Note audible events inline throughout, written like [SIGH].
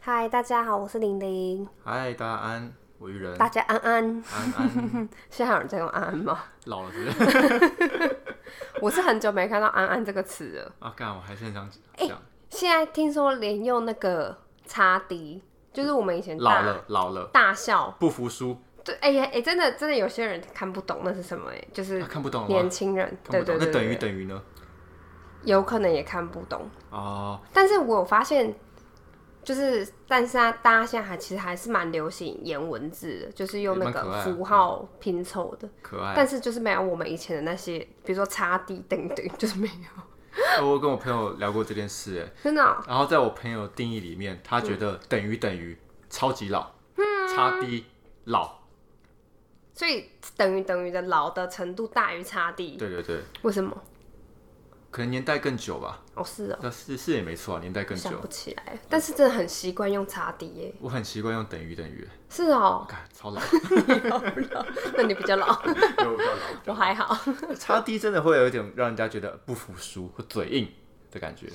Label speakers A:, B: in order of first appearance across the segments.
A: 嗨，大家好，我是玲玲，
B: 嗨，大家安，我玉人，
A: 大家安安。
B: 安安
A: [LAUGHS] 现在有人在用安安吗？ [LAUGHS]
B: 老了是不是？
A: 我是很久没看到安安这个词了。
B: 啊，干，我还是很想
A: 哎
B: 讲，
A: 现在听说连用那个叉 D，就是我们以前
B: 老
A: 大
B: 了老了，
A: 大笑，
B: 不服输，
A: 对，哎、呀，哎、真的真的有些人看不懂那是什么、哎，就是
B: 啊看不懂了
A: 年
B: 吗？
A: 轻人，
B: 看
A: 对
B: 不
A: 对
B: 懂，
A: 对
B: 那等于
A: 对
B: 等于呢？
A: 有可能也看不懂。
B: 哦，
A: 但是我有发现，就是但是啊，大家现在还其实还是蛮流行颜文字的，就是用那
B: 也蛮可
A: 个
B: 爱啊
A: 符号拼凑的。
B: 可爱。
A: 但是就是没有我们以前的那些，比如说叉 D 等等， [LAUGHS] 就是没有。
B: 哦我跟我朋友聊过这件事，哎，
A: 真的哦、
B: 然后在我朋友的定义里面，他觉
A: 嗯
B: 得等于等于超级老，差低老，
A: 所以等于等于的老的程度大于叉 D，
B: 对对对，
A: 为什么？
B: 可能年代更久吧，
A: 哦，是哦，
B: 那是是也没错啊，年代更
A: 想
B: 久
A: 不。起来。但是真的很习惯用叉 D 耶，
B: 我很习惯用等于等于，
A: 是哦， [LAUGHS]
B: 看超老，
A: 那你比较老， [LAUGHS]
B: 又要老。
A: 我还好。
B: 差低真的会有一点让人家觉得不服输或嘴硬的感觉。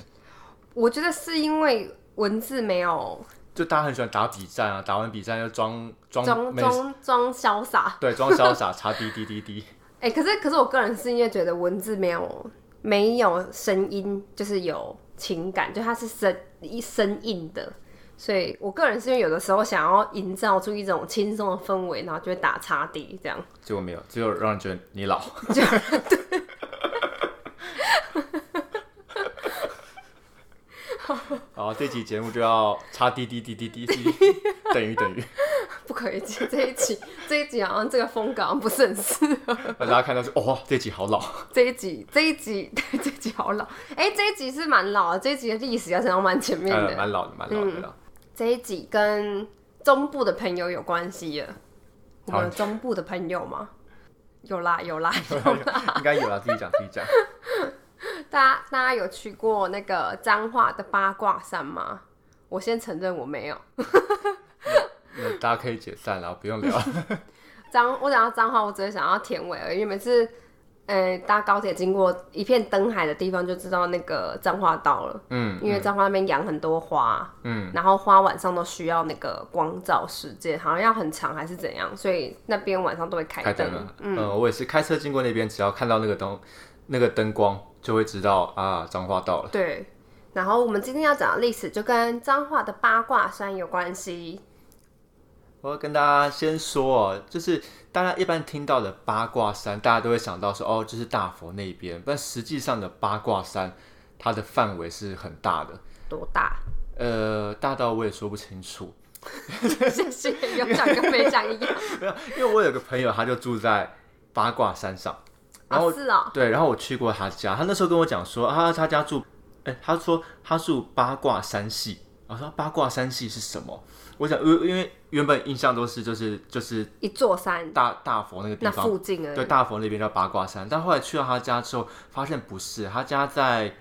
A: 我觉得是因为文字没有
B: 就大家很喜欢打比战啊，打完比战要装装
A: 装
B: 没
A: 装装潇洒，
B: 对装潇洒， [LAUGHS] 插滴滴滴滴，
A: 哎、可是可是我个人是因为觉得文字没有没有声音，就是有情感，就它是声一声音的，所以我个人是因为有的时候想要营造出一种轻松的氛围，然后就会打叉 D 这样。
B: 结果没有，只有让人觉得
A: [LAUGHS]
B: 你老。好，这期节目就要插滴滴滴滴
A: [LAUGHS]
B: 滴滴，等于等于，
A: 不可以接这一集，这一集好像这个风格好像不是很适合。
B: 让大家看到说，哦，这集好老，
A: 这一集，这一集， [LAUGHS] 对，这一集好老。哎、这一集是蛮老的，这一集的历史要讲到蛮前面
B: 呃，
A: 的。嗯
B: 蛮老的，蛮老的啊啦。
A: 这一集跟中部的朋友有关系了。我
B: 好
A: 们有中部的朋友
B: [LAUGHS]
A: 吗？有啦，有啦，有
B: 应该有啦，自己讲自己讲。
A: 大家大家有去过那个彰化的八卦山吗？我先承认我没有。
B: 那嗯大家可以解散啦，不用聊了。
A: 彰，我想要彰化，我只是想要田尾而已。因为每次，呃，搭高铁经过一片灯海的地方，就知道那个彰化到了。
B: 嗯
A: 因为彰化那边养很多花，
B: 嗯，
A: 然后花晚上都需要那个光照时间，好像要很长还是怎样，所以那边晚上都会开
B: 开灯了。嗯、我也是开车经过那边，只要看到那个灯，那个灯光，就会知道啊，彰化到了。
A: 对，然后我们今天要讲的历史就跟彰化的八卦山有关系。
B: 我要跟大家先说哦，就是大家一般听到的八卦山，大家都会想到说哦，就是大佛那边，但实际上的八卦山，它的范围是很大的，
A: 多大？ [LAUGHS]
B: 呃，大到我也说不清楚。
A: 谢谢，有讲跟没讲一样。
B: 没有，因为我有个朋友，他就住在八卦山上， [LAUGHS] 然后
A: 啊，是哦，
B: 对，然后我去过他家，他那时候跟我讲说，啊，他家住，哎、他说他住八卦山系，我说八卦山系是什么？我想，因为因为原本印象都是就是就是
A: 一座山，
B: 大大佛那个地
A: 那
B: 方，
A: 附近而
B: 对，
A: 已。
B: 大佛那边叫八卦山，但后来去到他家之后，发现不是，他家在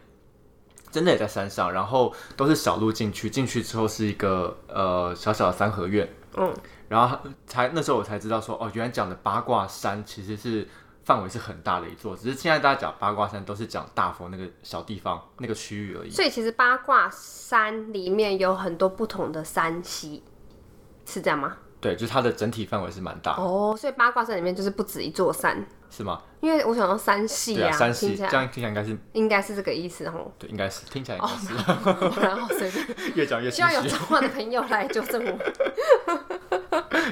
B: 真的也在山上，然后都是小路进去，进去之后是一个呃小小的三合院，
A: 嗯，
B: 然后才那时候我才知道说，哦，原来讲的八卦山其实是范围是很大的一座，只是现在大家讲八卦山都是讲大佛那个小地方那个区域而已。
A: 所以其实八卦山里面有很多不同的山系，是这样吗？
B: 对，就是它的整体范围是蛮大，
A: 哦，所以八卦山里面就是不止一座山，
B: 是吗？
A: 因为我想到山系
B: 对啊，山
A: 听
B: 系
A: 起
B: 这
A: 来
B: 样听起来应该是
A: 应该是这个意思哦。
B: 对，应该是听起来应该是、
A: [LAUGHS] 然后随
B: [LAUGHS]
A: 便，
B: 越讲越
A: 哦希
B: 心
A: 望有
B: 虚。
A: 彰化的朋友来纠正我。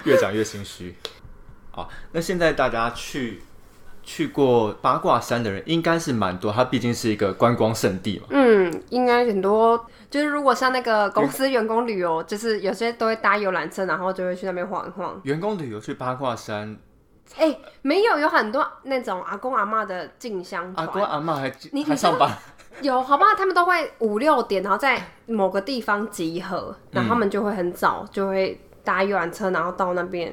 B: 越讲越心虚。好，那现在大家去去过八卦山的人应该是蛮多，它毕竟是一个观光胜地嘛。
A: 嗯，应该很多，就是如果像那个公司员工旅游，就是有些都会搭游览车，然后就会去那边晃一晃。
B: 员工旅游去八卦山，
A: 哎、没有，有很多那种阿公阿嬷的进香
B: 阿
A: 团，
B: 公阿妈还
A: 你
B: 还上班，
A: 有好不好？他们都会五六点，然后在某个地方集合，然后他们就会很早就会搭游览车，然后到那边，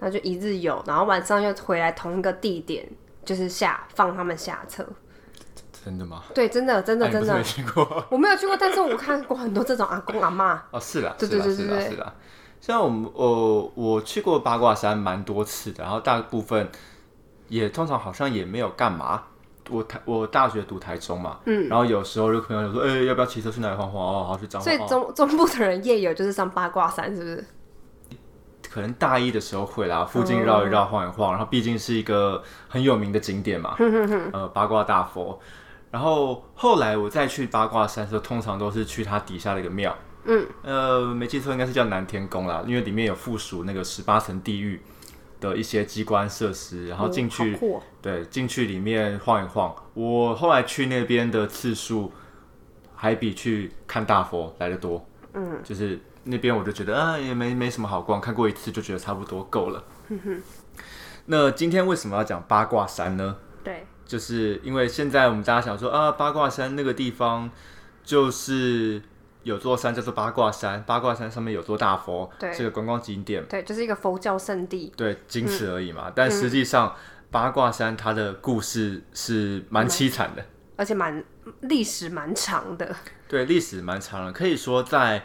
A: 然后就一日游，然后晚上又回来同一个地点，就是下放他们下车。
B: 真的吗？
A: 对，真的，真
B: 啊
A: 的，真
B: 你不是 [LAUGHS]
A: 的
B: 没，去过？
A: 我没有去过，但是我看过很多这种阿公阿嬷。
B: 哦，是啦，
A: 对
B: 是啦，
A: 对对
B: 是
A: 对
B: 啦，
A: 对
B: 是啦。像我们，我我去过八卦山蛮多次的，然后大部分也通常好像也没有干嘛。我台我大学读台中嘛，嗯，然后有时候就朋友就说，哎、要不要骑车去哪里晃晃？哦，好去彰化。
A: 所以
B: 哦
A: 中 [LAUGHS] 中部的人夜游就是上八卦山，是不是？
B: 可能大一的时候会啦，附近绕一
A: 嗯
B: 绕、晃一晃，然后毕竟是一个很有名的景点嘛，
A: 嗯
B: 呃，八卦大佛。然后后来我再去八卦山的时候，通常都是去它底下的一个庙，嗯，呃，没记错应该是叫南天宫啦，因为里面有附属那个十八层地狱的一些机关设施，然后进去
A: 哦好酷哦
B: 对，进去里面晃一晃。我后来去那边的次数，还比去看大佛来的多。嗯，就是那边我就觉得啊，也没没什么好逛，看过一次就觉得差不多够了。那今天为什么要讲八卦山呢？
A: 对，
B: 就是因为现在我们大家想说啊，八卦山那个地方就是有座山叫做八卦山，八卦山上面有座大佛，
A: 对
B: 是个观光景点。
A: 对，就是一个佛教圣地，
B: 对，仅此而已嘛。但实际上，八卦山它的故事是蛮凄惨的，
A: 而且蛮历史蛮长的。 [LAUGHS]
B: 对，历史蛮长的。可以说，在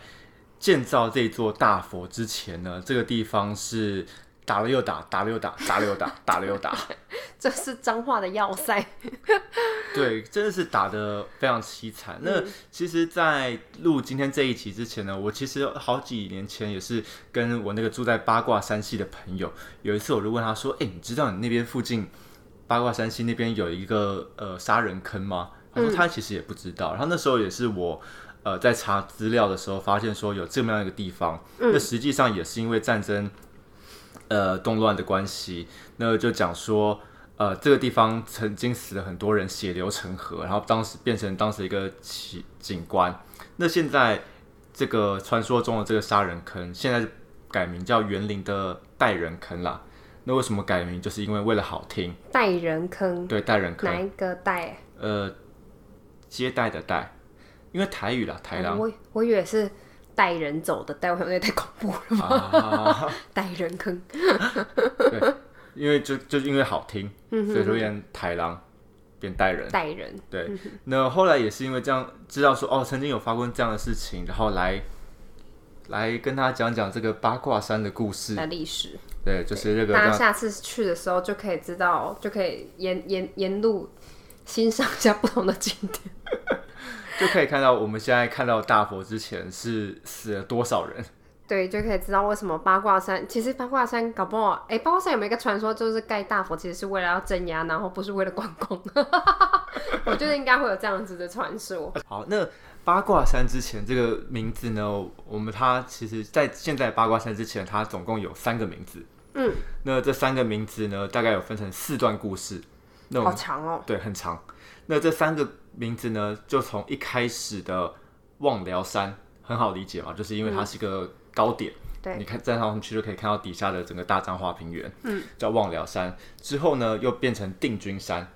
B: 建造这座大佛之前呢，这个地方是打了又打，打了又打，打了又打，打了又打。
A: 这是彰化的要塞，
B: 对，真的是打得非常凄惨。那其实，在录今天这一期之前呢，我其实好几年前也是跟我那个住在八卦山系的朋友，有一次我就问他说：“哎、你知道你那边附近八卦山系那边有一个呃杀人坑吗？”他说他其实也不知道。然后那时候也是我呃在查资料的时候发现说有这么样一个地方，那实际上也是因为战争呃动乱的关系，那就讲说，呃，这个地方曾经死了很多人，血流成河，然后当时变成当时一个奇景观。那现在这个传说中的这个杀人坑，现在改名叫园林的代人坑啦。那为什么改名？就是因为为了好听，
A: 代人坑，
B: 对代人
A: 哪
B: 坑，
A: 一个代？
B: 呃，接待的待，因为台语啦，台
A: 哦
B: 郎
A: 我我以为是带人走的，带我有点太恐怖了。哦
B: 啊，
A: [LAUGHS] 带人坑，
B: [LAUGHS] 因为就就是因为好听，
A: 嗯
B: 所以就变台郎，变代人。
A: 带人，
B: 对，那后来也是因为这样知道说哦，曾经有发生这样的事情，然后来来跟他讲讲这个八卦山的故事。
A: 的历史。
B: 对，就是这个这
A: 大家
B: 样。
A: 下次去的时候就可以知道，就可以沿沿沿路欣赏一下不同的景点。
B: 就可以看到我们现在看到大佛之前是死了多少人。 [LAUGHS]
A: 对，就可以知道为什么八卦山。其实八卦山搞不好，哎、八卦山有没有一个传说，就是盖大佛其实是为了要镇压，然后不是为了观光。 [LAUGHS] 我觉得应该会有这样子的传说。
B: 好，那八卦山之前这个名字呢，我们它其实在现在八卦山之前，它总共有三个名字。
A: 嗯，
B: 那这三个名字呢，大概有分成四段故事。那我
A: 好
B: 们
A: 长哦、
B: 对，很长。那这三个名字呢，就从一开始的望辽山很好理解嘛，就是因为它是一个高点，
A: 对
B: 你看站上去就可以看到底下的整个大彰化平原，嗯，叫望辽山。之后呢，又变成定军山，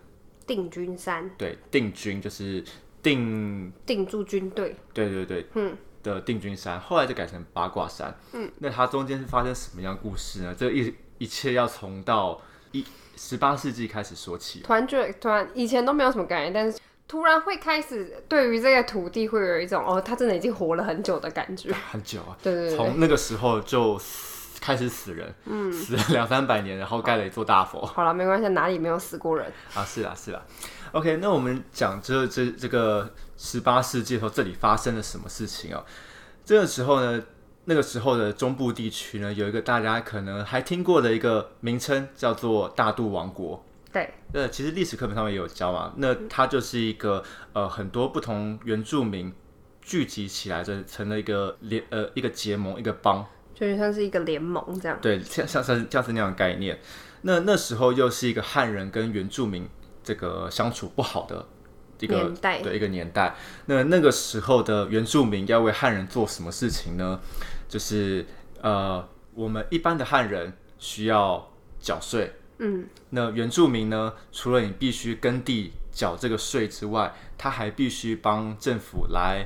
A: 定军山
B: 对，定军就是定，
A: 定驻军队，
B: 对对对，嗯。的定军山，后来就改成八卦山。嗯，那它中间是发生什么样的故事呢？这一一切要从到一十八世纪开始说起。
A: 突然就突然以前都没有什么感觉，但是突然会开始对于这个土地会有一种哦，他真的已经活了很久的感觉。 [LAUGHS]
B: 很久啊，
A: 对对对
B: 从那个时候就死开始死人，嗯，死了两三百年，然后盖了一座大佛 [LAUGHS]
A: 好了，没关系，哪里没有死过人？
B: 啊，是啊是啊。OK，那我们讲这这这个十八世纪的时候，这里发生了什么事情哦？这个时候呢，那个时候的中部地区呢，有一个大家可能还听过的一个名称，叫做大肚王国。
A: 对，
B: 那其实历史课本上面也有教嘛，那它就是一个呃很多不同原住民聚集起来，这成了一个联呃一个结盟一个帮，
A: 就是像是一个联盟这样。
B: 对，像像像像是那样的概念。那那时候又是一个汉人跟原住民这个相处不好的一个
A: 年代
B: 对一个年代。那那个时候的原住民要为汉人做什么事情呢？就是呃，我们一般的汉人需要缴税，嗯，那原住民呢，除了你必须耕地缴这个税之外，他还必须帮政府来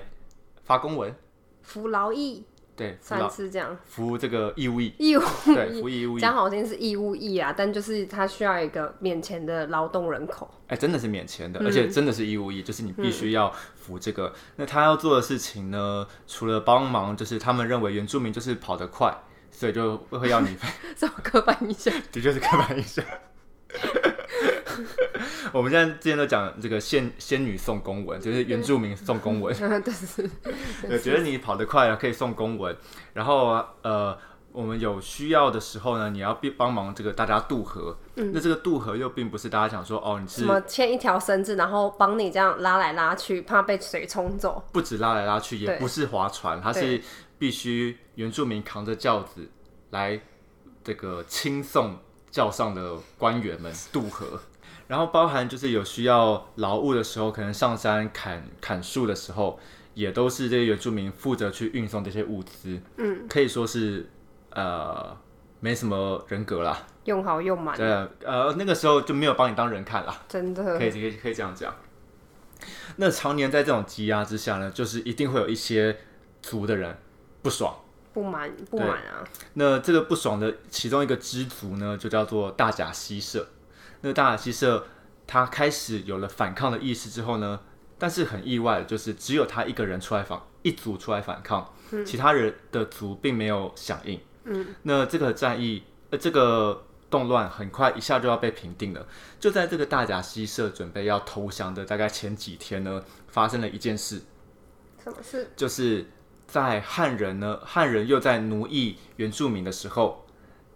B: 发公文，
A: 服劳役
B: 对，服
A: 算
B: 劳
A: 是这样，
B: 服这个义
A: [LAUGHS]
B: 务役，
A: 义务
B: 对，服义务役。
A: 讲好听是义务役啊，但就是他需要一个免钱的劳动人口。
B: 哎，真的是免钱的，而
A: 嗯
B: 且真的是义务役，就是你必须要服这个。那他要做的事情呢，除了帮忙，就是他们认为原住民就是跑得快，所以就会要你， [LAUGHS]
A: 这么刻板印象，
B: 的确是刻板印象。 [LAUGHS] 我们现在之前都讲这个仙仙女送公文，就是原住民送公文，
A: 但是
B: 对，觉得你跑得快了，可以送公文。然后呃，我们有需要的时候呢，你要帮帮忙这个大家渡河。那这个渡河又并不是大家想说哦，你
A: 嗯什
B: 是
A: 么牵一条绳子，然后帮你这样拉来拉去，怕被水冲走。
B: 不止拉来拉去，也
A: 对
B: 不是划船，它是必须原住民扛着轿子来这个亲送轿上的官员们渡河。然后包含就是有需要劳务的时候，可能上山砍砍树的时候，也都是这些原住民负责去运送这些物资。嗯，可以说是呃没什么人格啦。
A: 用好用满，
B: 对，呃那个时候就没有把你当人看啦。
A: 真的
B: 可以可以可以这样讲。那常年在这种积压之下呢，就是一定会有一些族的人不爽。
A: 不满不满啊！
B: 那这个不爽的其中一个支族呢，就叫做大甲西社。那大甲西社他开始有了反抗的意识之后呢，但是很意外，就是只有他一个人出来反，一族出来反抗，其他人的族并没有响应。嗯，那这个战役，呃，这个动乱很快一下就要被平定了。就在这个大甲西社准备要投降的大概前几天呢，发生了一件事，
A: 什么是
B: 就是在汉人呢，汉人又在奴役原住民的时候，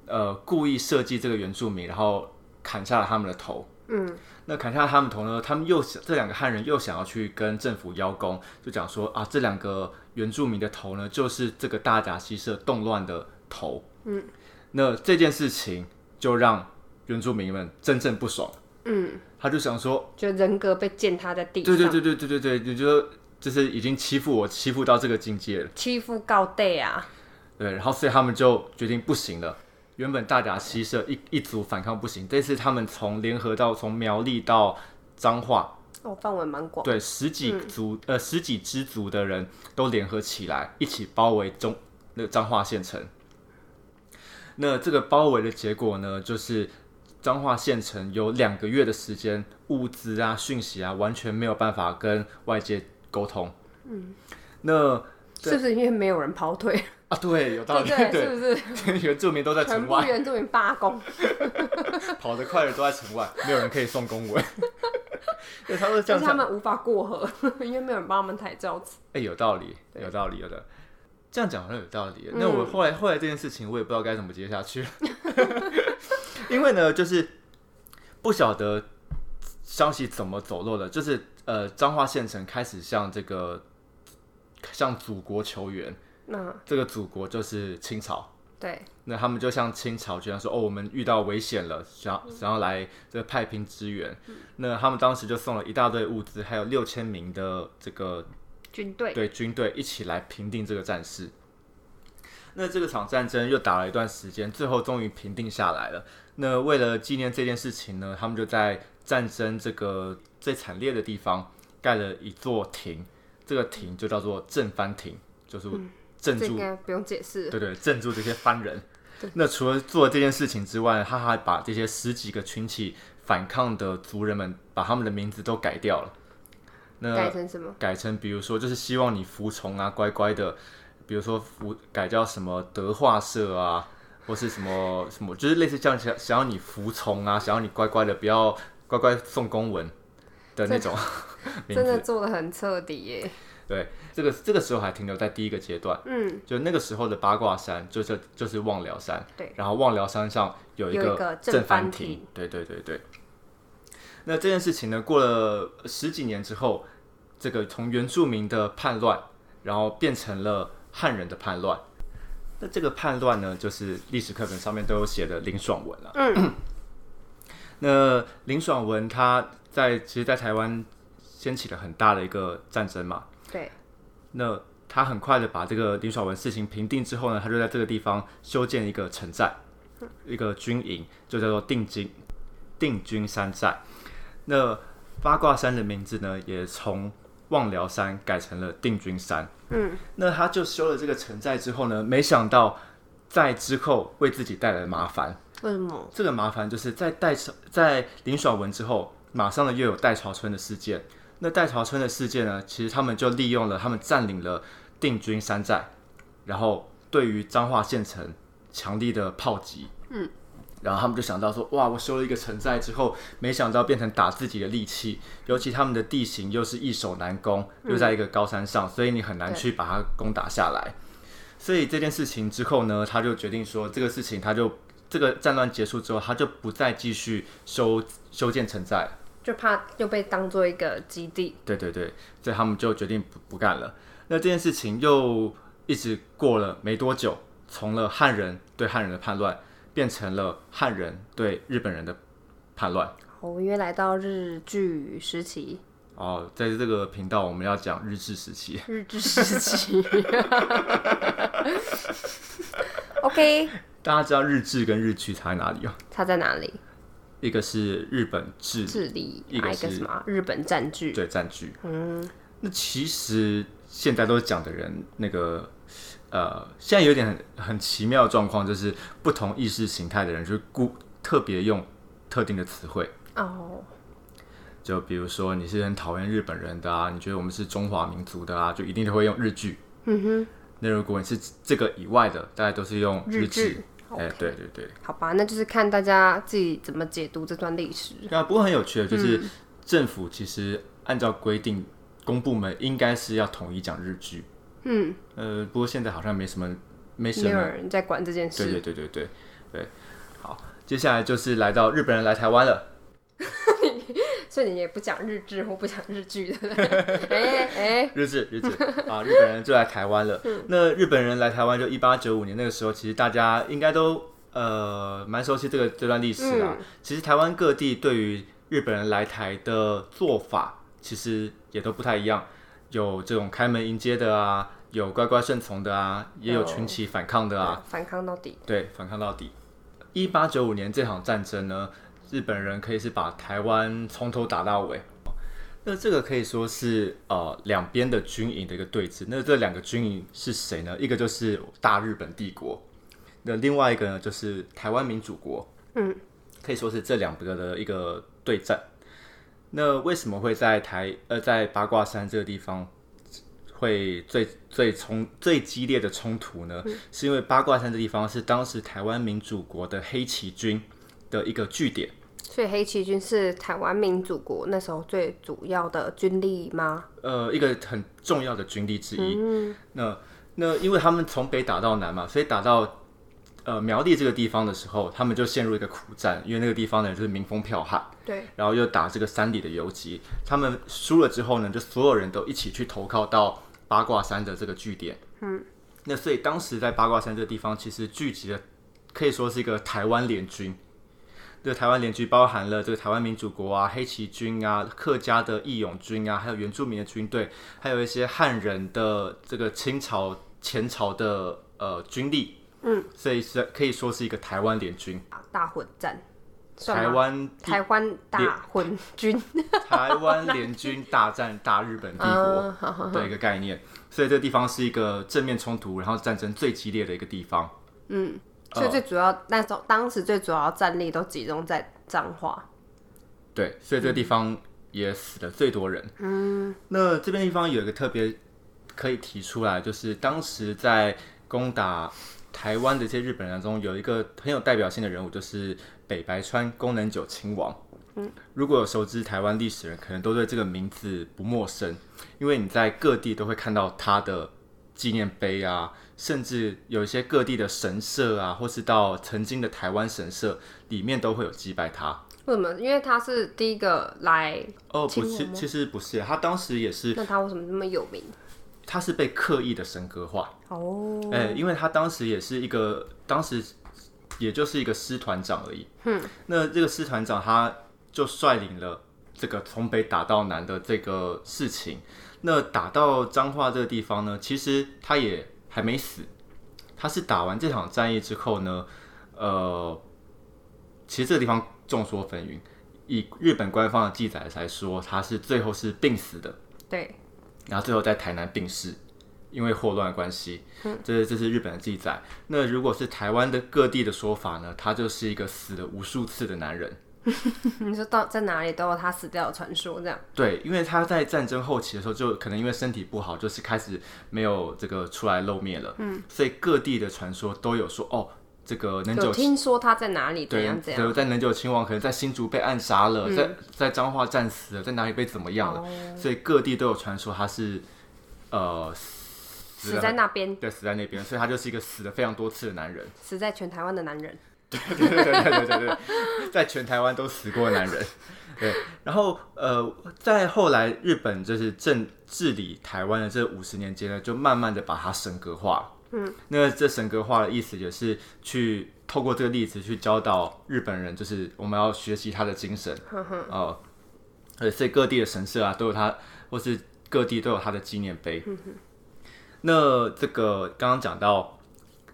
B: 呃，故意设计这个原住民，然后砍下了他们的头。
A: 嗯，
B: 那砍下他们头呢，他们又想这两个汉人又想要去跟政府邀功，就讲说啊，这两个原住民的头呢，就是这个大甲西社动乱的头。嗯，那这件事情就让原住民们真正不爽。嗯，他就想说，
A: 就人格被践踏在地上，
B: 对对对对对对对，你就就是已经欺负我，欺负到这个境界了，
A: 欺负告对啊！
B: 对，然后所以他们就决定不行了。原本大甲西社一一族反抗不行，这次他们从联合到从苗栗到彰化，
A: 哦，范围蛮广，
B: 对十几
A: 嗯
B: 族、呃十几支族的人都联合起来，一起包围中那彰化县城。那这个包围的结果呢，就是彰化县城有两个月的时间，物资啊、讯息啊，完全没有办法跟外界沟通。嗯，那
A: 是不是因为没有人跑腿？
B: 啊，对，有道
A: 对
B: 理，
A: 不对，是不是
B: [LAUGHS] 对，原住民都在
A: 全
B: 城
A: 部
B: 外，
A: 原住民罢工？
B: 跑得快的都在城外，没有人可以送公文。 [LAUGHS] 对，他们这
A: 就
B: 样
A: 是
B: 讲
A: 他。们无法过河，因为没有人帮他们抬轿子。
B: 哎、有道理，
A: 对嗯
B: 有道理，有的。这样讲好像有道理。那我后来后来这件事情，我也不知道该怎么接下去， [LAUGHS] 因为呢，就是不晓得消息怎么走漏的，就是呃，彰化县城开始向这个向祖国求援，
A: 那
B: 这个祖国就是清朝。
A: 对，
B: 那他们就向清朝居然说：“哦，我们遇到危险了，想要想要来这个派兵支援。那他们当时就送了一大堆物资，还有六千名的这个
A: 军队
B: 对军队一起来平定这个战事。那这个场战争又打了一段时间，最后终于平定下来了。那为了纪念这件事情呢，他们就在战争这个最惨烈的地方盖了一座亭，这个亭就叫做正番亭，就是镇
A: 这
B: 住
A: 应该不用解释。
B: 对对，镇住这些番人。那除了做这件事情之外，他还把这些十几个群起反抗的族人们，把他们的名字都改掉了。
A: 改
B: 那
A: 成什么？
B: 改成，比如说，就是希望你服从啊，乖乖的。比如说服改叫什么德化社啊，或是什么什么，就是类似这样想想要你服从啊，想要你乖乖的，不要乖乖送公文的那种 [LAUGHS] 名
A: 真
B: 字。
A: 的做的很彻底耶！
B: 对，这个这个时候还停留在第一个阶段。
A: 嗯，
B: 就那个时候的八卦山，就叫就是望辽山。
A: 对，
B: 然后望辽山上有一
A: 有一个
B: 个
A: 正
B: 番
A: 番亭。
B: 对对对对。那这件事情呢，过了十几年之后，这个从原住民的叛乱，然后变成了汉人的叛乱。那这个叛乱呢，就是历史课本上面都有写的林爽文了、嗯。 [CLEARS THROAT] 那林爽文他在其实，在台湾掀起了很大的一个战争嘛。
A: 对，
B: 那他很快的把这个林爽文事情平定之后呢，他就在这个地方修建一个城寨，一个军营，就叫做定军定军山寨。那八卦山的名字呢，也从望辽山改成了定军山。嗯，那他就修了这个城寨之后呢，没想到在之后为自己带来麻烦。
A: 为什么？
B: 这个麻烦就是在戴朝在林爽文之后，马上呢又有戴朝春的事件。那戴朝春的事件呢，其实他们就利用了他们占领了定军山寨，然后对于彰化县城强力的炮击。嗯，然后他们就想到说，哇，我修了一个城寨之后，没想到变成打自己的利器，尤其他们的地形又是易守难攻，又在一个高山上，所以你很难去把它攻打下来。所以这件事情之后呢，他就决定说，这个事情他就这个战乱结束之后，他就不再继续修修建城寨。
A: 就怕又被当做一个基地。
B: 对对对，所以他们就决定不不干了。那这件事情又一直过了没多久，从了汉人对汉人的叛乱，变成了汉人对日本人的叛乱。
A: 哦我们约来到日剧时期，
B: 哦，在这个频道我们要讲日治时期。
A: 日剧时期。OK，
B: 大家知道日治跟日剧差在哪里哦？
A: 它在哪里？
B: 一个是日本治，
A: 智利，
B: 一个
A: 还有一个
B: 是
A: 什么啊日本占据？
B: 对占据。嗯，那其实现在都讲的人，那个呃，现在有点很很奇妙的状况，就是不同意识形态的人就是故特别用特定的词汇，
A: 哦，
B: 就比如说你是很讨厌日本人的啊，你觉得我们是中华民族的啊，就一定都会用日剧。
A: 嗯
B: 那如果你是这个以外的，大家都是用
A: 哼，日
B: 剧
A: 剧。。
B: 哎、对对对。
A: 好吧，那就是看大家自己怎么解读这段历史。
B: 对啊，不过很有趣的就是，
A: 嗯
B: 政府其实按照规定，公部门应该是要统一讲日剧。
A: 嗯，
B: 呃，不过现在好像没什么，没什
A: 没有
B: 么。
A: 人在管这件
B: 对对
A: 事。
B: 对对对对。好，接下来就是来到日本人来台湾了。
A: 所以你也不讲日志或不讲日剧
B: [LAUGHS]
A: 的。哎哎，
B: 日治，日治啊，日本人就来台湾了。那日本人来台湾就一八九五年那个时候，其实大家应该都呃蛮熟悉这个这段历史啦。其实台湾各地对于日本人来台的做法，其实也都不太一样，有这种开门迎接的啊，有乖乖顺从的啊，也有
A: 有
B: 群起反抗的啊。
A: 反抗到底。
B: 对，反抗到底。一八九五年这场战争呢，日本人可以是把台湾从头打到尾。那这个可以说是呃两边的军营的一个对峙。那这两个军营是谁呢？一个就是大日本帝国，那另外一个呢就是台湾民主国。
A: 嗯，
B: 可以说是这两个的一个对战。那为什么会在台呃在八卦山这个地方会最最冲最激烈的冲突呢？是因为八卦山这地方是当时台湾民主国的黑旗军的一个据点。
A: 所以黑旗军是台湾民主国那时候最主要的军力吗？
B: 呃，一个很重要的军力之一。那那因为他们从北打到南嘛，所以打到呃苗栗这个地方的时候，他们就陷入一个苦战，因为那个地方呢就是民风剽悍，
A: 对，
B: 然后又打这个山里的游击。他们输了之后呢，就所有人都一起去投靠到八卦山的这个据点。嗯，那所以当时在八卦山这个地方，其实聚集了可以说是一个台湾联军。这个台湾联军包含了这个台湾民主国啊、黑旗军啊、客家的义勇军啊，还有原住民的军队，还有一些汉人的这个清朝前朝的呃军力。嗯，所以是可以说是一个台湾联军，
A: 大混战，算
B: 台
A: 吗？
B: 湾
A: 台湾大混军。
B: 台湾联军大战大日本帝
A: 啊好
B: 国的一个概念，所以这个地方是一个正面冲突，然后战争最激烈的一个地方。呃
A: 所以最主要那时候当时最主要战力都集中在彰化。
B: 对，所以这个地方也死了最多人。嗯，那这边地方有一个特别可以提出来，就是当时在攻打台湾的这些日本人当中，有一个很有代表性的人物，就是北白川宫能久亲王。嗯，如果有熟知台湾历史的人，可能都对这个名字不陌生，因为你在各地都会看到他的纪念碑啊，甚至有一些各地的神社啊，或是到曾经的台湾神社里面都会有祭拜他。
A: 为什么？因为他是第一个来，
B: 哦，
A: 亲
B: 不
A: 王
B: 是，
A: 吗
B: 其实不是，他当时也是，
A: 那他为什么那么有名？
B: 他是被刻意的神格化，
A: 哦，
B: 哎、因为他当时也是一个，当时也就是一个师团长而已。嗯，那这个师团长他就率领了这个从北打到南的这个事情。那打到彰化这个地方呢，其实他也还没死，他是打完这场战役之后呢，呃，其实这个地方众说纷纭。以日本官方的记载来说，他是最后是病死的。
A: 对，
B: 然后最后在台南病逝，因为霍乱的关系。
A: 嗯
B: 这是这是日本的记载。那如果是台湾的各地的说法呢，他就是一个死了无数次的男人。
A: 你说到在哪里都有他死掉的传说，这样
B: 对，因为他在战争后期的时候，就可能因为身体不好，就是开始没有这个出来露面了。嗯，所以各地的传说都有说，哦，这个能
A: 有
B: 久
A: 听说他在哪里怎
B: 对
A: 样怎样
B: 对，在能久亲王可能在新竹被暗杀了，
A: 嗯
B: 在在彰化战死了，在哪里被怎么样了，
A: 哦
B: 所以各地都有传说他是呃死
A: 死
B: 了
A: 在那边，
B: 对死在那边，所以他就是一个死了非常多次的男人，
A: 死在全台湾的男人。
B: 对对对对对对，在全台湾都死过的男人。对，然后呃，在后来日本就是政治理台湾的这五十年间呢，就慢慢的把它神格化。嗯，那这神格化的意思也是去透过这个例子去教导日本人，就是我们要学习他的精神。哦、呃，所以各地的神社啊都有它，或是各地都有它的纪念碑。那这个刚刚讲到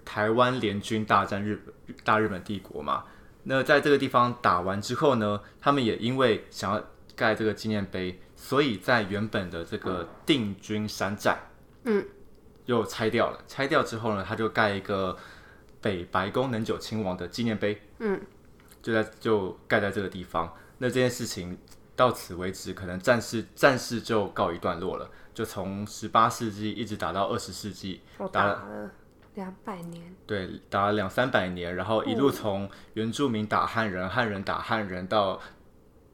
B: 台湾联军大战日本大日本帝国嘛，那在这个地方打完之后呢，他们也因为想要盖这个纪念碑，所以在原本的这个定军山寨，嗯，又拆掉了。拆掉之后呢，他就盖一个北白宫能久亲王的纪念碑，嗯，就在就盖在这个地方。那这件事情到此为止，可能战事战事就告一段落了，就从十八世纪一直打到二十世纪，
A: 我打了两百年，
B: 对，打了两三百年，然后一路从原住民打汉人，汉人打汉人，到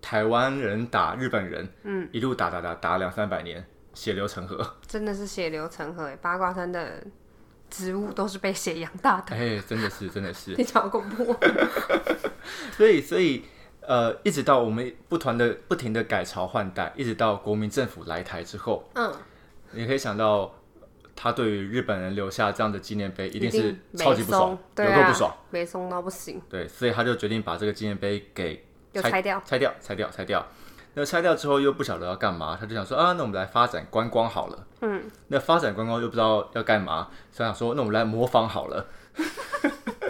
B: 台湾人打日本人，嗯，一路打打打打两三百年，血流成河。
A: 真的是血流成河欸八卦山的植物都是被血养大的，
B: 哎、真的是，真的是，
A: 你讲好恐怖哦。 [LAUGHS]
B: 所以，所以，呃，一直到我们不团的不停的改朝换代，一直到国民政府来台之后，
A: 嗯，
B: 你可以想到，他对于日本人留下这样的纪念碑，一定是
A: 没
B: 超级不爽
A: 松，
B: 有
A: 对
B: 够
A: 啊，
B: 不爽。，
A: 没松到不行，
B: 对，所以他就决定把这个纪念碑给
A: 又拆掉。
B: 拆掉，拆掉，拆掉。那拆掉之后又不晓得要干嘛，他就想说啊，那我们来发展观光好了。嗯，那发展观光又不知道要干嘛，所以想说那我们来模仿好了。 [LAUGHS]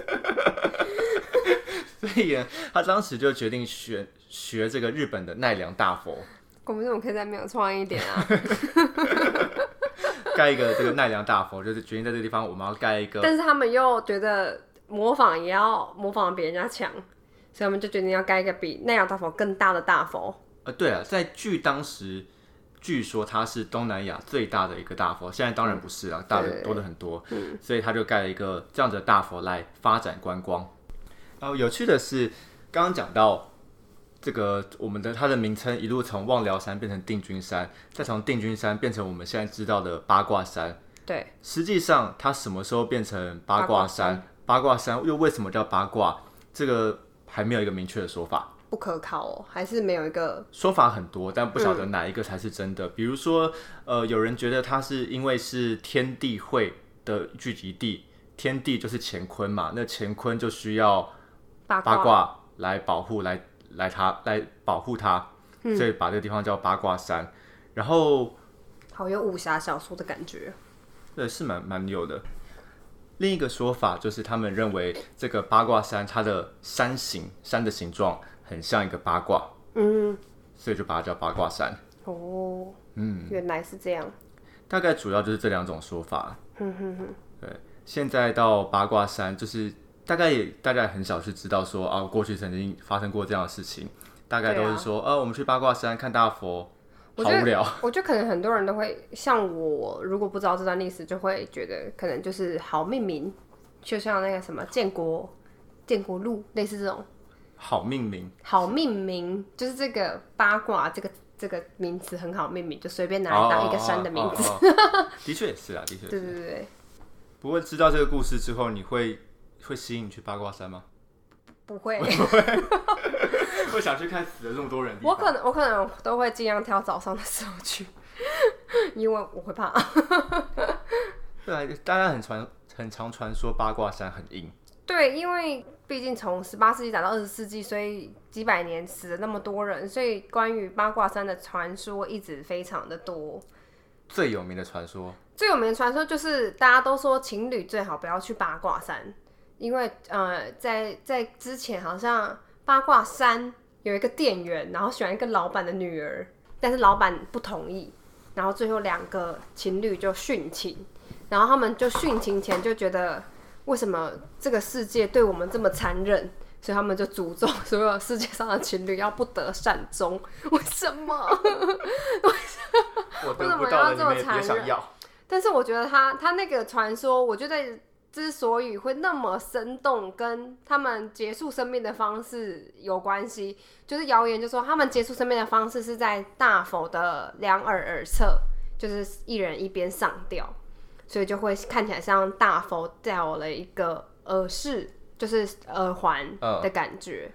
B: 所以呢他当时就决定学学这个日本的奈良大佛，
A: 我们怎么可以再没有创意一点
B: [LAUGHS]
A: 啊？
B: 盖一个这个奈良大佛，就是决定在这个地方我们要盖一个
A: 但是他们又觉得模仿也要模仿得比人家强，所以他们就决定要盖一个比奈良大佛更大的大佛。
B: 呃，对了，在据当时，据说它是东南亚最大的一个大佛，现在当然不是了，大
A: 对
B: 的多的很多，所以他就盖了一个这样子的大佛来发展观光。然后有趣的是，刚刚讲到这个我们的它的名称一路从望辽山变成定军山，再从定军山变成我们现在知道的八卦山。
A: 对，
B: 实际上，它什么时候变成八卦山？八卦山又为什么叫八卦？这个还没有一个明确的说法。
A: 不可靠哦，还是没有一个
B: 说法很多，但不晓得哪一个才是真的。比如说，呃，有人觉得它是因为是天地会的聚集地，天地就是乾坤嘛，那乾坤就需要
A: 八
B: 八
A: 卦
B: 卦来保护，来来它来保护它，所以把这个地方叫八卦山。然后，
A: 好有武侠小说的感觉。
B: 对，是蛮蛮有的。另一个说法就是，他们认为这个八卦山它的山形山的形状很像一个八卦，
A: 嗯，
B: 所以就把它叫八卦山。
A: 哦，嗯，原来是这样。
B: 大概主要就是这两种说法。
A: 嗯
B: 对，现在到八卦山，就是大概也大家也很少去知道说啊，过去曾经发生过这样的事情。大概都
A: 对
B: 是
A: 啊
B: 说，啊，我们去八卦山看大佛，
A: 我
B: 好
A: 觉得
B: 无聊。
A: 我觉得可能很多人都会像我，如果不知道这段历史，就会觉得可能就是好命名，就像那个什么建国建国路类似这种
B: 好命名，
A: 好命名，就是这个八卦这个这个名词很好命名，就随便拿来
B: [LAUGHS]
A: 当一个山的名字。
B: 字。哦哦哦的确也是啊，的
A: [LAUGHS]
B: 确
A: 对
B: 是。
A: 对对对，
B: 不过知道这个故事之后，你会会吸引你去八卦山吗？ [LAUGHS]
A: 不会，
B: 会想去看死了这么多人的地
A: 我
B: 方？
A: 可能我可能都会尽量挑早上的时候去，因为我会怕。
B: 对啊，大家很传很常传说八卦山很硬，
A: 对，因为毕竟从十八世纪打到二十世纪，所以几百年死了那么多人，所以关于八卦山的传说一直非常的多。
B: 最有名的传说
A: 最有名的传说就是大家都说情侣最好不要去八卦山，因为呃，在在之前好像八卦山有一个店员，然后喜欢一个老板的女儿，但是老板不同意，然后最后两个情侣就殉情，然后他们就殉情前就觉得为什么这个世界对我们这么残忍。所以他们就诅咒所有世界上的情侣要不得善终，为什么？
B: 我
A: 为什
B: 得
A: 么
B: 不
A: 要
B: 到的，
A: 这
B: 你
A: 么
B: 们也别
A: 残
B: 想
A: 忍
B: 要。
A: 但是我觉得他他那个传说，我觉得之所以会那么生动，跟他们结束生命的方式有关系。就是谣言就说他们结束生命的方式是在大佛的两耳耳侧，就是一人一边上吊，所以就会看起来像大佛掉了一个耳饰，就是耳环的感觉。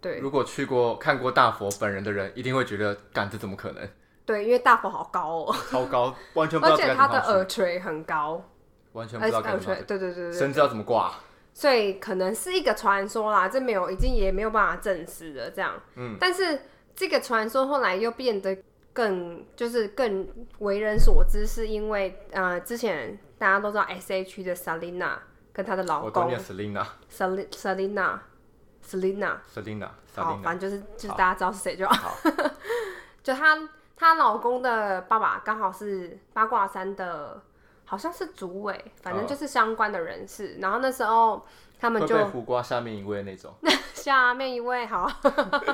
A: 对
B: 嗯如果去过看过大佛本人的人，一定会觉得，干这怎么可能？
A: 对，因为大佛好高哦，
B: [LAUGHS] 超高，完全不知
A: 而
B: 道该
A: 且
B: 怎
A: 他的
B: 么
A: 耳哎
B: 上去，
A: 垂很高，
B: 完全不
A: 而
B: 知
A: 且
B: 道该
A: 耳
B: 怎
A: 垂
B: 么上去，
A: 对对对对，
B: 甚至要怎么挂。
A: 所以可能是一个传说啦，这没有已经也没有办法证实了这样。
B: 嗯，
A: 但是这个传说后来又变得更就是更为人所知，是因为呃之前大家都知道 S H 的 Selina 跟她的老
B: 我都
A: 公
B: 念 Selina，Selina，Selina。
A: Sel- Selina Selina，好，
B: Selina
A: 反正就是就是
B: 好
A: 大家知道是谁就
B: 好。
A: [LAUGHS] 就她她老公的爸爸刚好是八卦山的，好像是主委，反正
B: 哦
A: 就是相关的人士。然后那时候他们
B: 会
A: 就
B: 被胡瓜下面一位那种，
A: 下面一位好，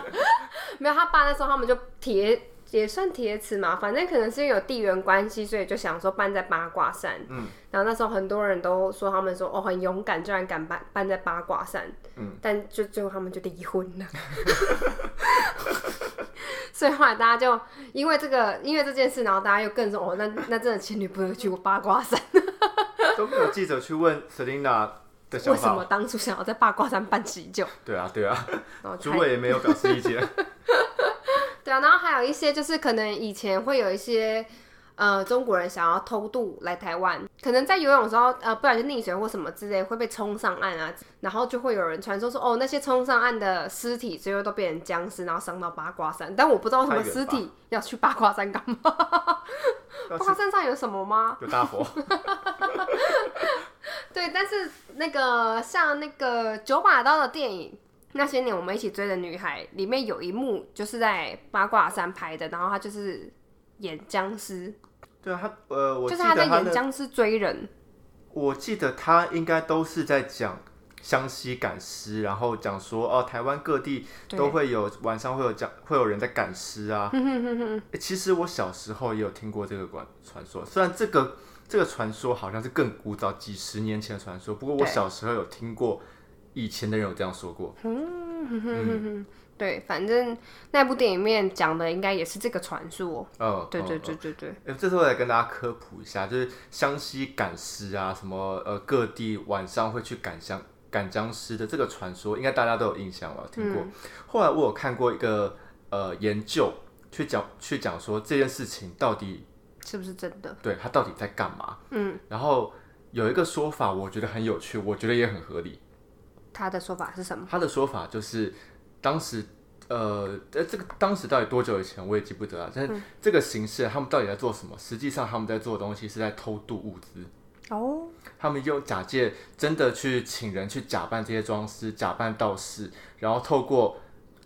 A: [LAUGHS] 没有他爸那时候他们就铁也算铁齿嘛，反正可能是有地缘关系，所以就想说搬在八卦山。
B: 嗯，
A: 然后那时候很多人都说他们说哦很勇敢，居然敢搬搬在八卦山。
B: 嗯，
A: 但就最后他们就离婚了。 [LAUGHS] 所以后来大家就因为这个，因为这件事，然后大家又更说哦，那那真的前女朋友去过八卦山，
B: [LAUGHS] 都没有记者去问 Selina 的想
A: 为什么
B: 法。
A: 当初想要在八卦山办喜酒？
B: 对啊，
A: [LAUGHS]
B: 对啊，
A: 然后就
B: 主
A: 开
B: 委也没有表示意
A: [LAUGHS]
B: 见。
A: 对啊，然后还有一些就是可能以前会有一些呃中国人想要偷渡来台湾，可能在游泳的时候呃不小心溺水或什么之类会被冲上岸啊，然后就会有人传说说哦那些冲上岸的尸体最后都变成僵尸，然后上到八卦山，但我不知道为什么
B: 太远
A: 尸
B: 吧
A: 体要去八卦山干嘛？ [LAUGHS] 八
B: 要
A: 卦山上有什么吗？
B: 有大佛，
A: 对，但是那个像那个九把刀的电影《那些年我们一起追的女孩》里面有一幕就是在八卦山拍的，然后他就是演僵尸，
B: 对啊，他呃，我
A: 就
B: 记
A: 是
B: 得
A: 他在
B: 他
A: 演
B: 的，
A: 僵尸追人，
B: 我记得他应该都是在讲湘西赶尸，然后讲说哦，台湾各地
A: 对嗯
B: 都会有晚上会有讲会有人在赶尸啊。欸其实我小时候也有听过这个传传说，虽然这个这个传说好像是更古早几十年前的传说，不过我
A: 对
B: 小时候有听过，以前的人有这样说过。
A: 对，反正那部电影里面讲的应该也是这个传说。
B: 嗯，
A: 对对
B: 嗯
A: 对对对，
B: 哎、这时候来跟大家科普一下，就是湘西赶尸啊，什么呃各地晚上会去赶湘赶僵尸的这个传说，应该大家都有印象了，听过。
A: 嗯
B: 后来我有看过一个呃研究，去讲去讲说这件事情到底
A: 是不是真的？
B: 对他到底在干嘛？嗯，然后有一个说法，我觉得很有趣，我觉得也很合理。
A: 他的说法是什么？
B: 他的说法就是，当时呃，呃，这个当时到底多久以前我也记不得了，但是
A: 嗯
B: 这个形式他们到底在做什么？实际上他们在做的东西是在偷渡物资，
A: 哦，
B: 他们用假借真的去请人去假扮这些装饰，假扮道士，然后透过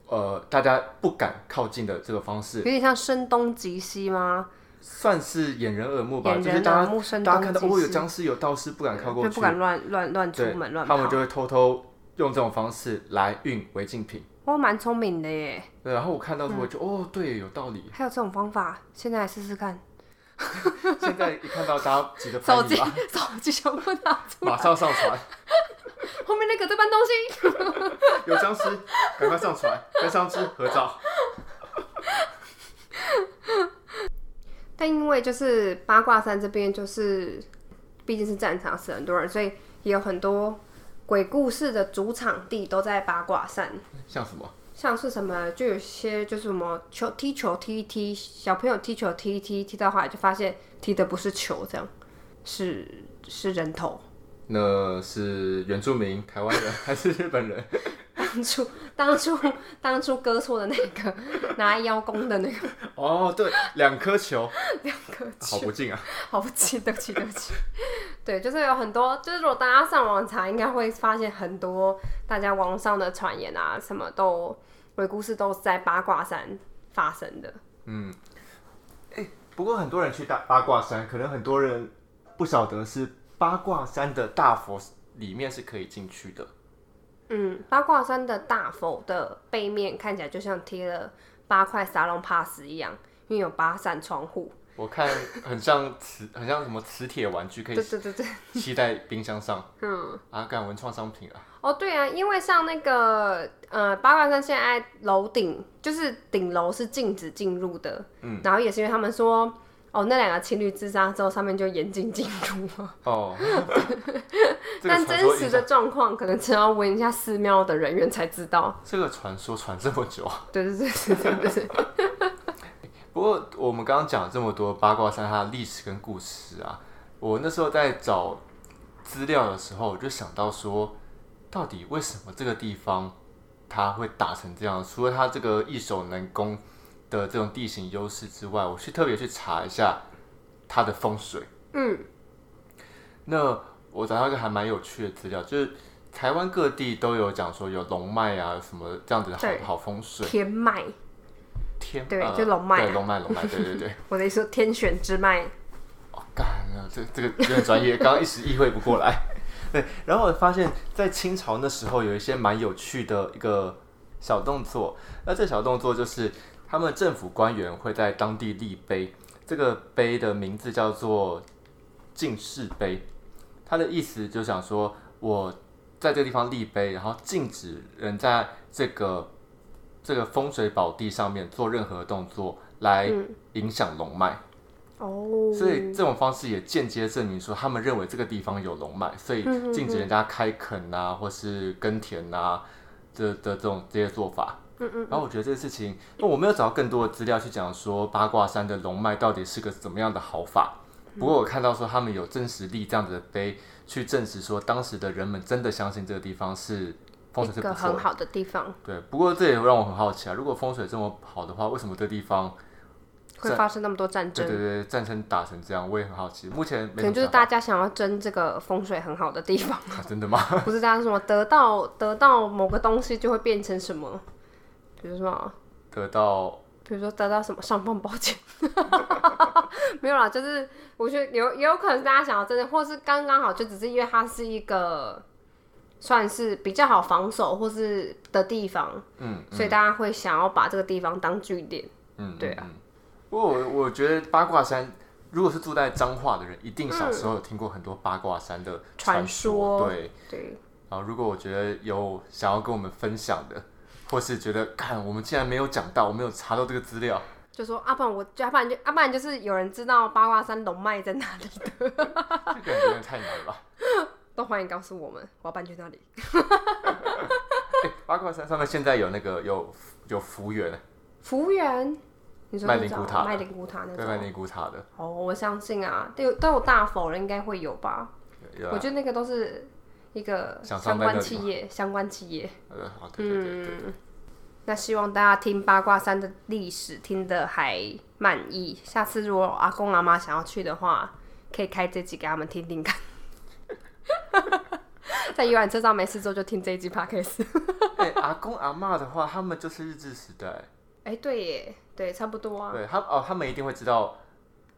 B: 呃大家不敢靠近的这个方
A: 有
B: 式，
A: 点像声东击西吗？
B: 算是掩人耳目吧，
A: 掩
B: 就是
A: 人
B: 大
A: 耳
B: 家
A: 目，声
B: 大家看
A: 东
B: 到哦有
A: 击西，
B: 僵尸有道士不敢靠过
A: 就
B: 去，
A: 不敢乱乱乱出门乱
B: 他们
A: 跑。
B: 就会偷偷用这种方式来运违禁品。
A: 哦，蛮聪明的耶，
B: 对，然后我看到
A: 嗯
B: 的时候我就、哦，对，有道理。
A: 还有这种方法，现在来试试看。
B: 现在一看到大家急
A: [LAUGHS]
B: 着
A: 手
B: 翻
A: 机
B: 译吧，
A: 手机全部拿出
B: 马
A: 来，
B: 上上传，
A: 后面那个在搬东西。
B: 有僵尸，赶快上传， [LAUGHS] 跟上肢合照。
A: 但因为就是八卦山这边就是毕竟是战场，死很多人，所以也有很多鬼故事的主场地都在八卦山。
B: 像什么？
A: 像是什么，就有些就是什么球踢球踢一踢，小朋友踢球踢一踢，踢到后来就发现踢的不是球，这样是是人头。
B: 那是原住民台湾人还是
A: [LAUGHS]
B: 日本人？
A: 当初当初当初割错的那个 [LAUGHS] 拿来邀功的那个
B: 哦，对，两颗球，
A: 两个
B: 好不近啊。
A: [LAUGHS] 好不起，对不起，对不起。对，就是有很多，就是如果大家上网查，应该会发现很多大家网上的传言啊，什么都鬼故事都是在八卦山发生的。
B: 不过很多人去大八卦山，可能很多人不晓得是八卦山的大佛里面是可以进去的。
A: 嗯，八卦山的大佛的背面看起来就像贴了八块沙龙帕斯一样，因为有八扇窗户，
B: 我看很像磁，很像什么磁铁玩具，可
A: 对
B: 以
A: 对对对，
B: 吸在冰箱上
A: 嗯。
B: 啊，干文创商品啊，
A: 哦，对啊，因为像那个呃八卦山现在楼顶就是顶楼是禁止进入的，
B: 嗯，
A: 然后也是因为他们说哦那两个情侣自杀之后，上面就严禁进入了。 [LAUGHS]
B: 哦，这
A: 但
B: 个传说
A: 真
B: 影
A: 实
B: 响
A: 的状况可能只要问一下寺庙的人员才知道。
B: 这个传说传这么久啊，
A: 对对对对对对
B: [LAUGHS]
A: 对，
B: 不过我们刚刚讲了这么多八卦山它的历史跟故事啊，我那时候在找资料的时候，我就想到说，到底为什么这个地方它会打成这样？除了它这个易守难攻的这种地形优势之外，我去特别去查一下它的风水。
A: 嗯，
B: 那我找到一个还蛮有趣的资料，就是台湾各地都有讲说有龙脉啊，有什么这样子的
A: 对
B: 好好风水。
A: 天脉，
B: 天
A: 对
B: 呃
A: 就龙脉啊
B: 对龙脉，龙脉，对对对。
A: 我的意思说天选之脉，
B: 哦，干了，这这个有点专业，刚刚一时意会不过来。 [LAUGHS] 对，然后我发现，在清朝那时候有一些蛮有趣的一个小动作。那这小动作就是他们政府官员会在当地立碑，这个碑的名字叫做进士碑。它的意思就想说，我在这个地方立碑，然后禁止人在这个这个风水宝地上面做任何动作来影响龙脉。
A: 哦，
B: 所以这种方式也间接证明说，他们认为这个地方有龙脉，所以
A: 嗯
B: 禁止人家开垦啊，或是耕田啊，这的这种这些做法。嗯嗯。然后我觉得这个事情，那我没有找到更多的资料去讲说八卦山的龙脉到底是个怎么样的好法。
A: 嗯
B: 不过我看到说他们有真实例这样子的碑，去证实说当时的人们真的相信这个地方是风水
A: 一
B: 是不
A: 个
B: 错
A: 很
B: 的。
A: 好的地方
B: 对，不过这也让我很好奇啊，如果风水这么好的话，为什么这地方
A: 会发生那么多战
B: 对
A: 争
B: 对，对战争打成这样？我也很好奇。目前没
A: 可
B: 什么
A: 能就是
B: 想法
A: 大家想要争这个风水很好的地方。
B: 啊真的吗？ [LAUGHS]
A: 不是大家说什么得到得到某个东西就会变成什么，比如说什么
B: 得到
A: 比如说得到什么尚方宝剑， [LAUGHS] 没有啦，就是我觉得有也有可能是大家想要真的，或是刚刚好就只是因为它是一个算是比较好防守或是的地方，
B: 嗯
A: 所以大家会想要把这个地方当据点。
B: 嗯，
A: 对
B: 啊。嗯不过我我觉得八卦山，如果是住在彰化的人，一定小时候有听过很多八卦山的
A: 传
B: 说。
A: 说
B: 对，
A: 对，
B: 然后如果我觉得有想要跟我们分享的，或是觉得看我们竟然没有讲到，我没有查到这个资料， [LAUGHS]
A: 就说啊，不然我就啊，不然就啊，不然就是有人知道八卦山龙脉在哪里的，
B: 这个有点太难了吧？ [LAUGHS]
A: 都欢迎告诉我们，我要搬去那里。
B: 哎八卦山上面现在有那个有有福源，
A: 服务员，你说
B: 麦
A: 那
B: 林
A: 种
B: 古塔
A: 麦林古塔那
B: 对
A: 种
B: 吧？尼古塔的，
A: 哦，我相信啊，都有都有大否人应该会有吧？
B: 有
A: 我
B: 啊，
A: 觉得那个都是一个
B: 想
A: 相
B: 上班
A: 关
B: 的
A: 企业，相关企业。
B: 呃，哦对对对
A: 嗯 [LAUGHS]
B: 对，
A: 那希望大家听八卦山的历史听得还满意，下次如果阿公阿妈想要去的话，可以开这集给他们听听看。 [LAUGHS] 在游览车上没事做就听这一集 podcast。
B: 哎，阿公阿嬷的话，他们就是日治时代，
A: 哎、对耶，对，差不多啊。
B: 对他哦，他们一定会知道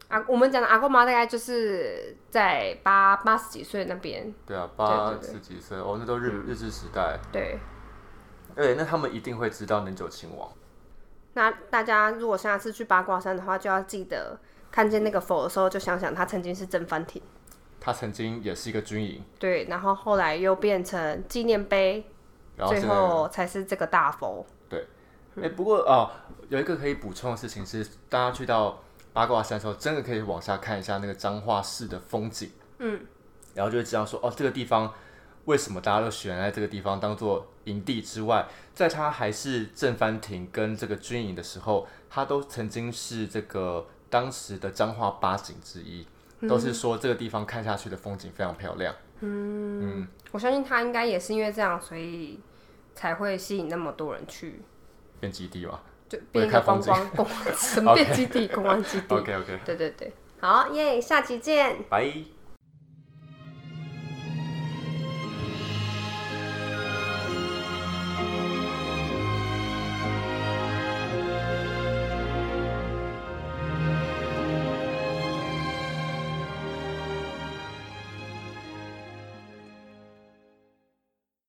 A: 啊，我们讲的阿公妈大概就是在八八十几岁那边，
B: 对啊，八
A: 对对嗯
B: 十几岁哦，那都日、日治时代。
A: 对。
B: 对，那他们一定会知道能久亲王。
A: 那大家如果下次去八卦山的话，就要记得看见那个佛的时候，就想想他曾经是正番亭，
B: 他曾经也是一个军营，
A: 对，然后后来又变成纪念碑，
B: 然后
A: 最
B: 现在
A: 后才是这个大佛。
B: 对，哎、不过哦，有一个可以补充的事情是，大家去到八卦山的时候，真的可以往下看一下那个彰化市的风景，嗯，然后就会知道说，哦，这个地方为什么大家都选在这个地方当做营地之外，在它还是正番亭跟这个军营的时候，它都曾经是这个当时的彰化八景之一，都是说这个地方看下去的风景非常漂亮。
A: 我相信他应该也是因为这样，所以才会吸引那么多人去，
B: 变基地嘛
A: 就
B: 为
A: 变一个
B: 看风
A: 观
B: 景
A: 光观 [LAUGHS] 光什么变基地、观光基地。
B: ，OK OK，
A: 对对对，好耶，下期见。
B: 拜。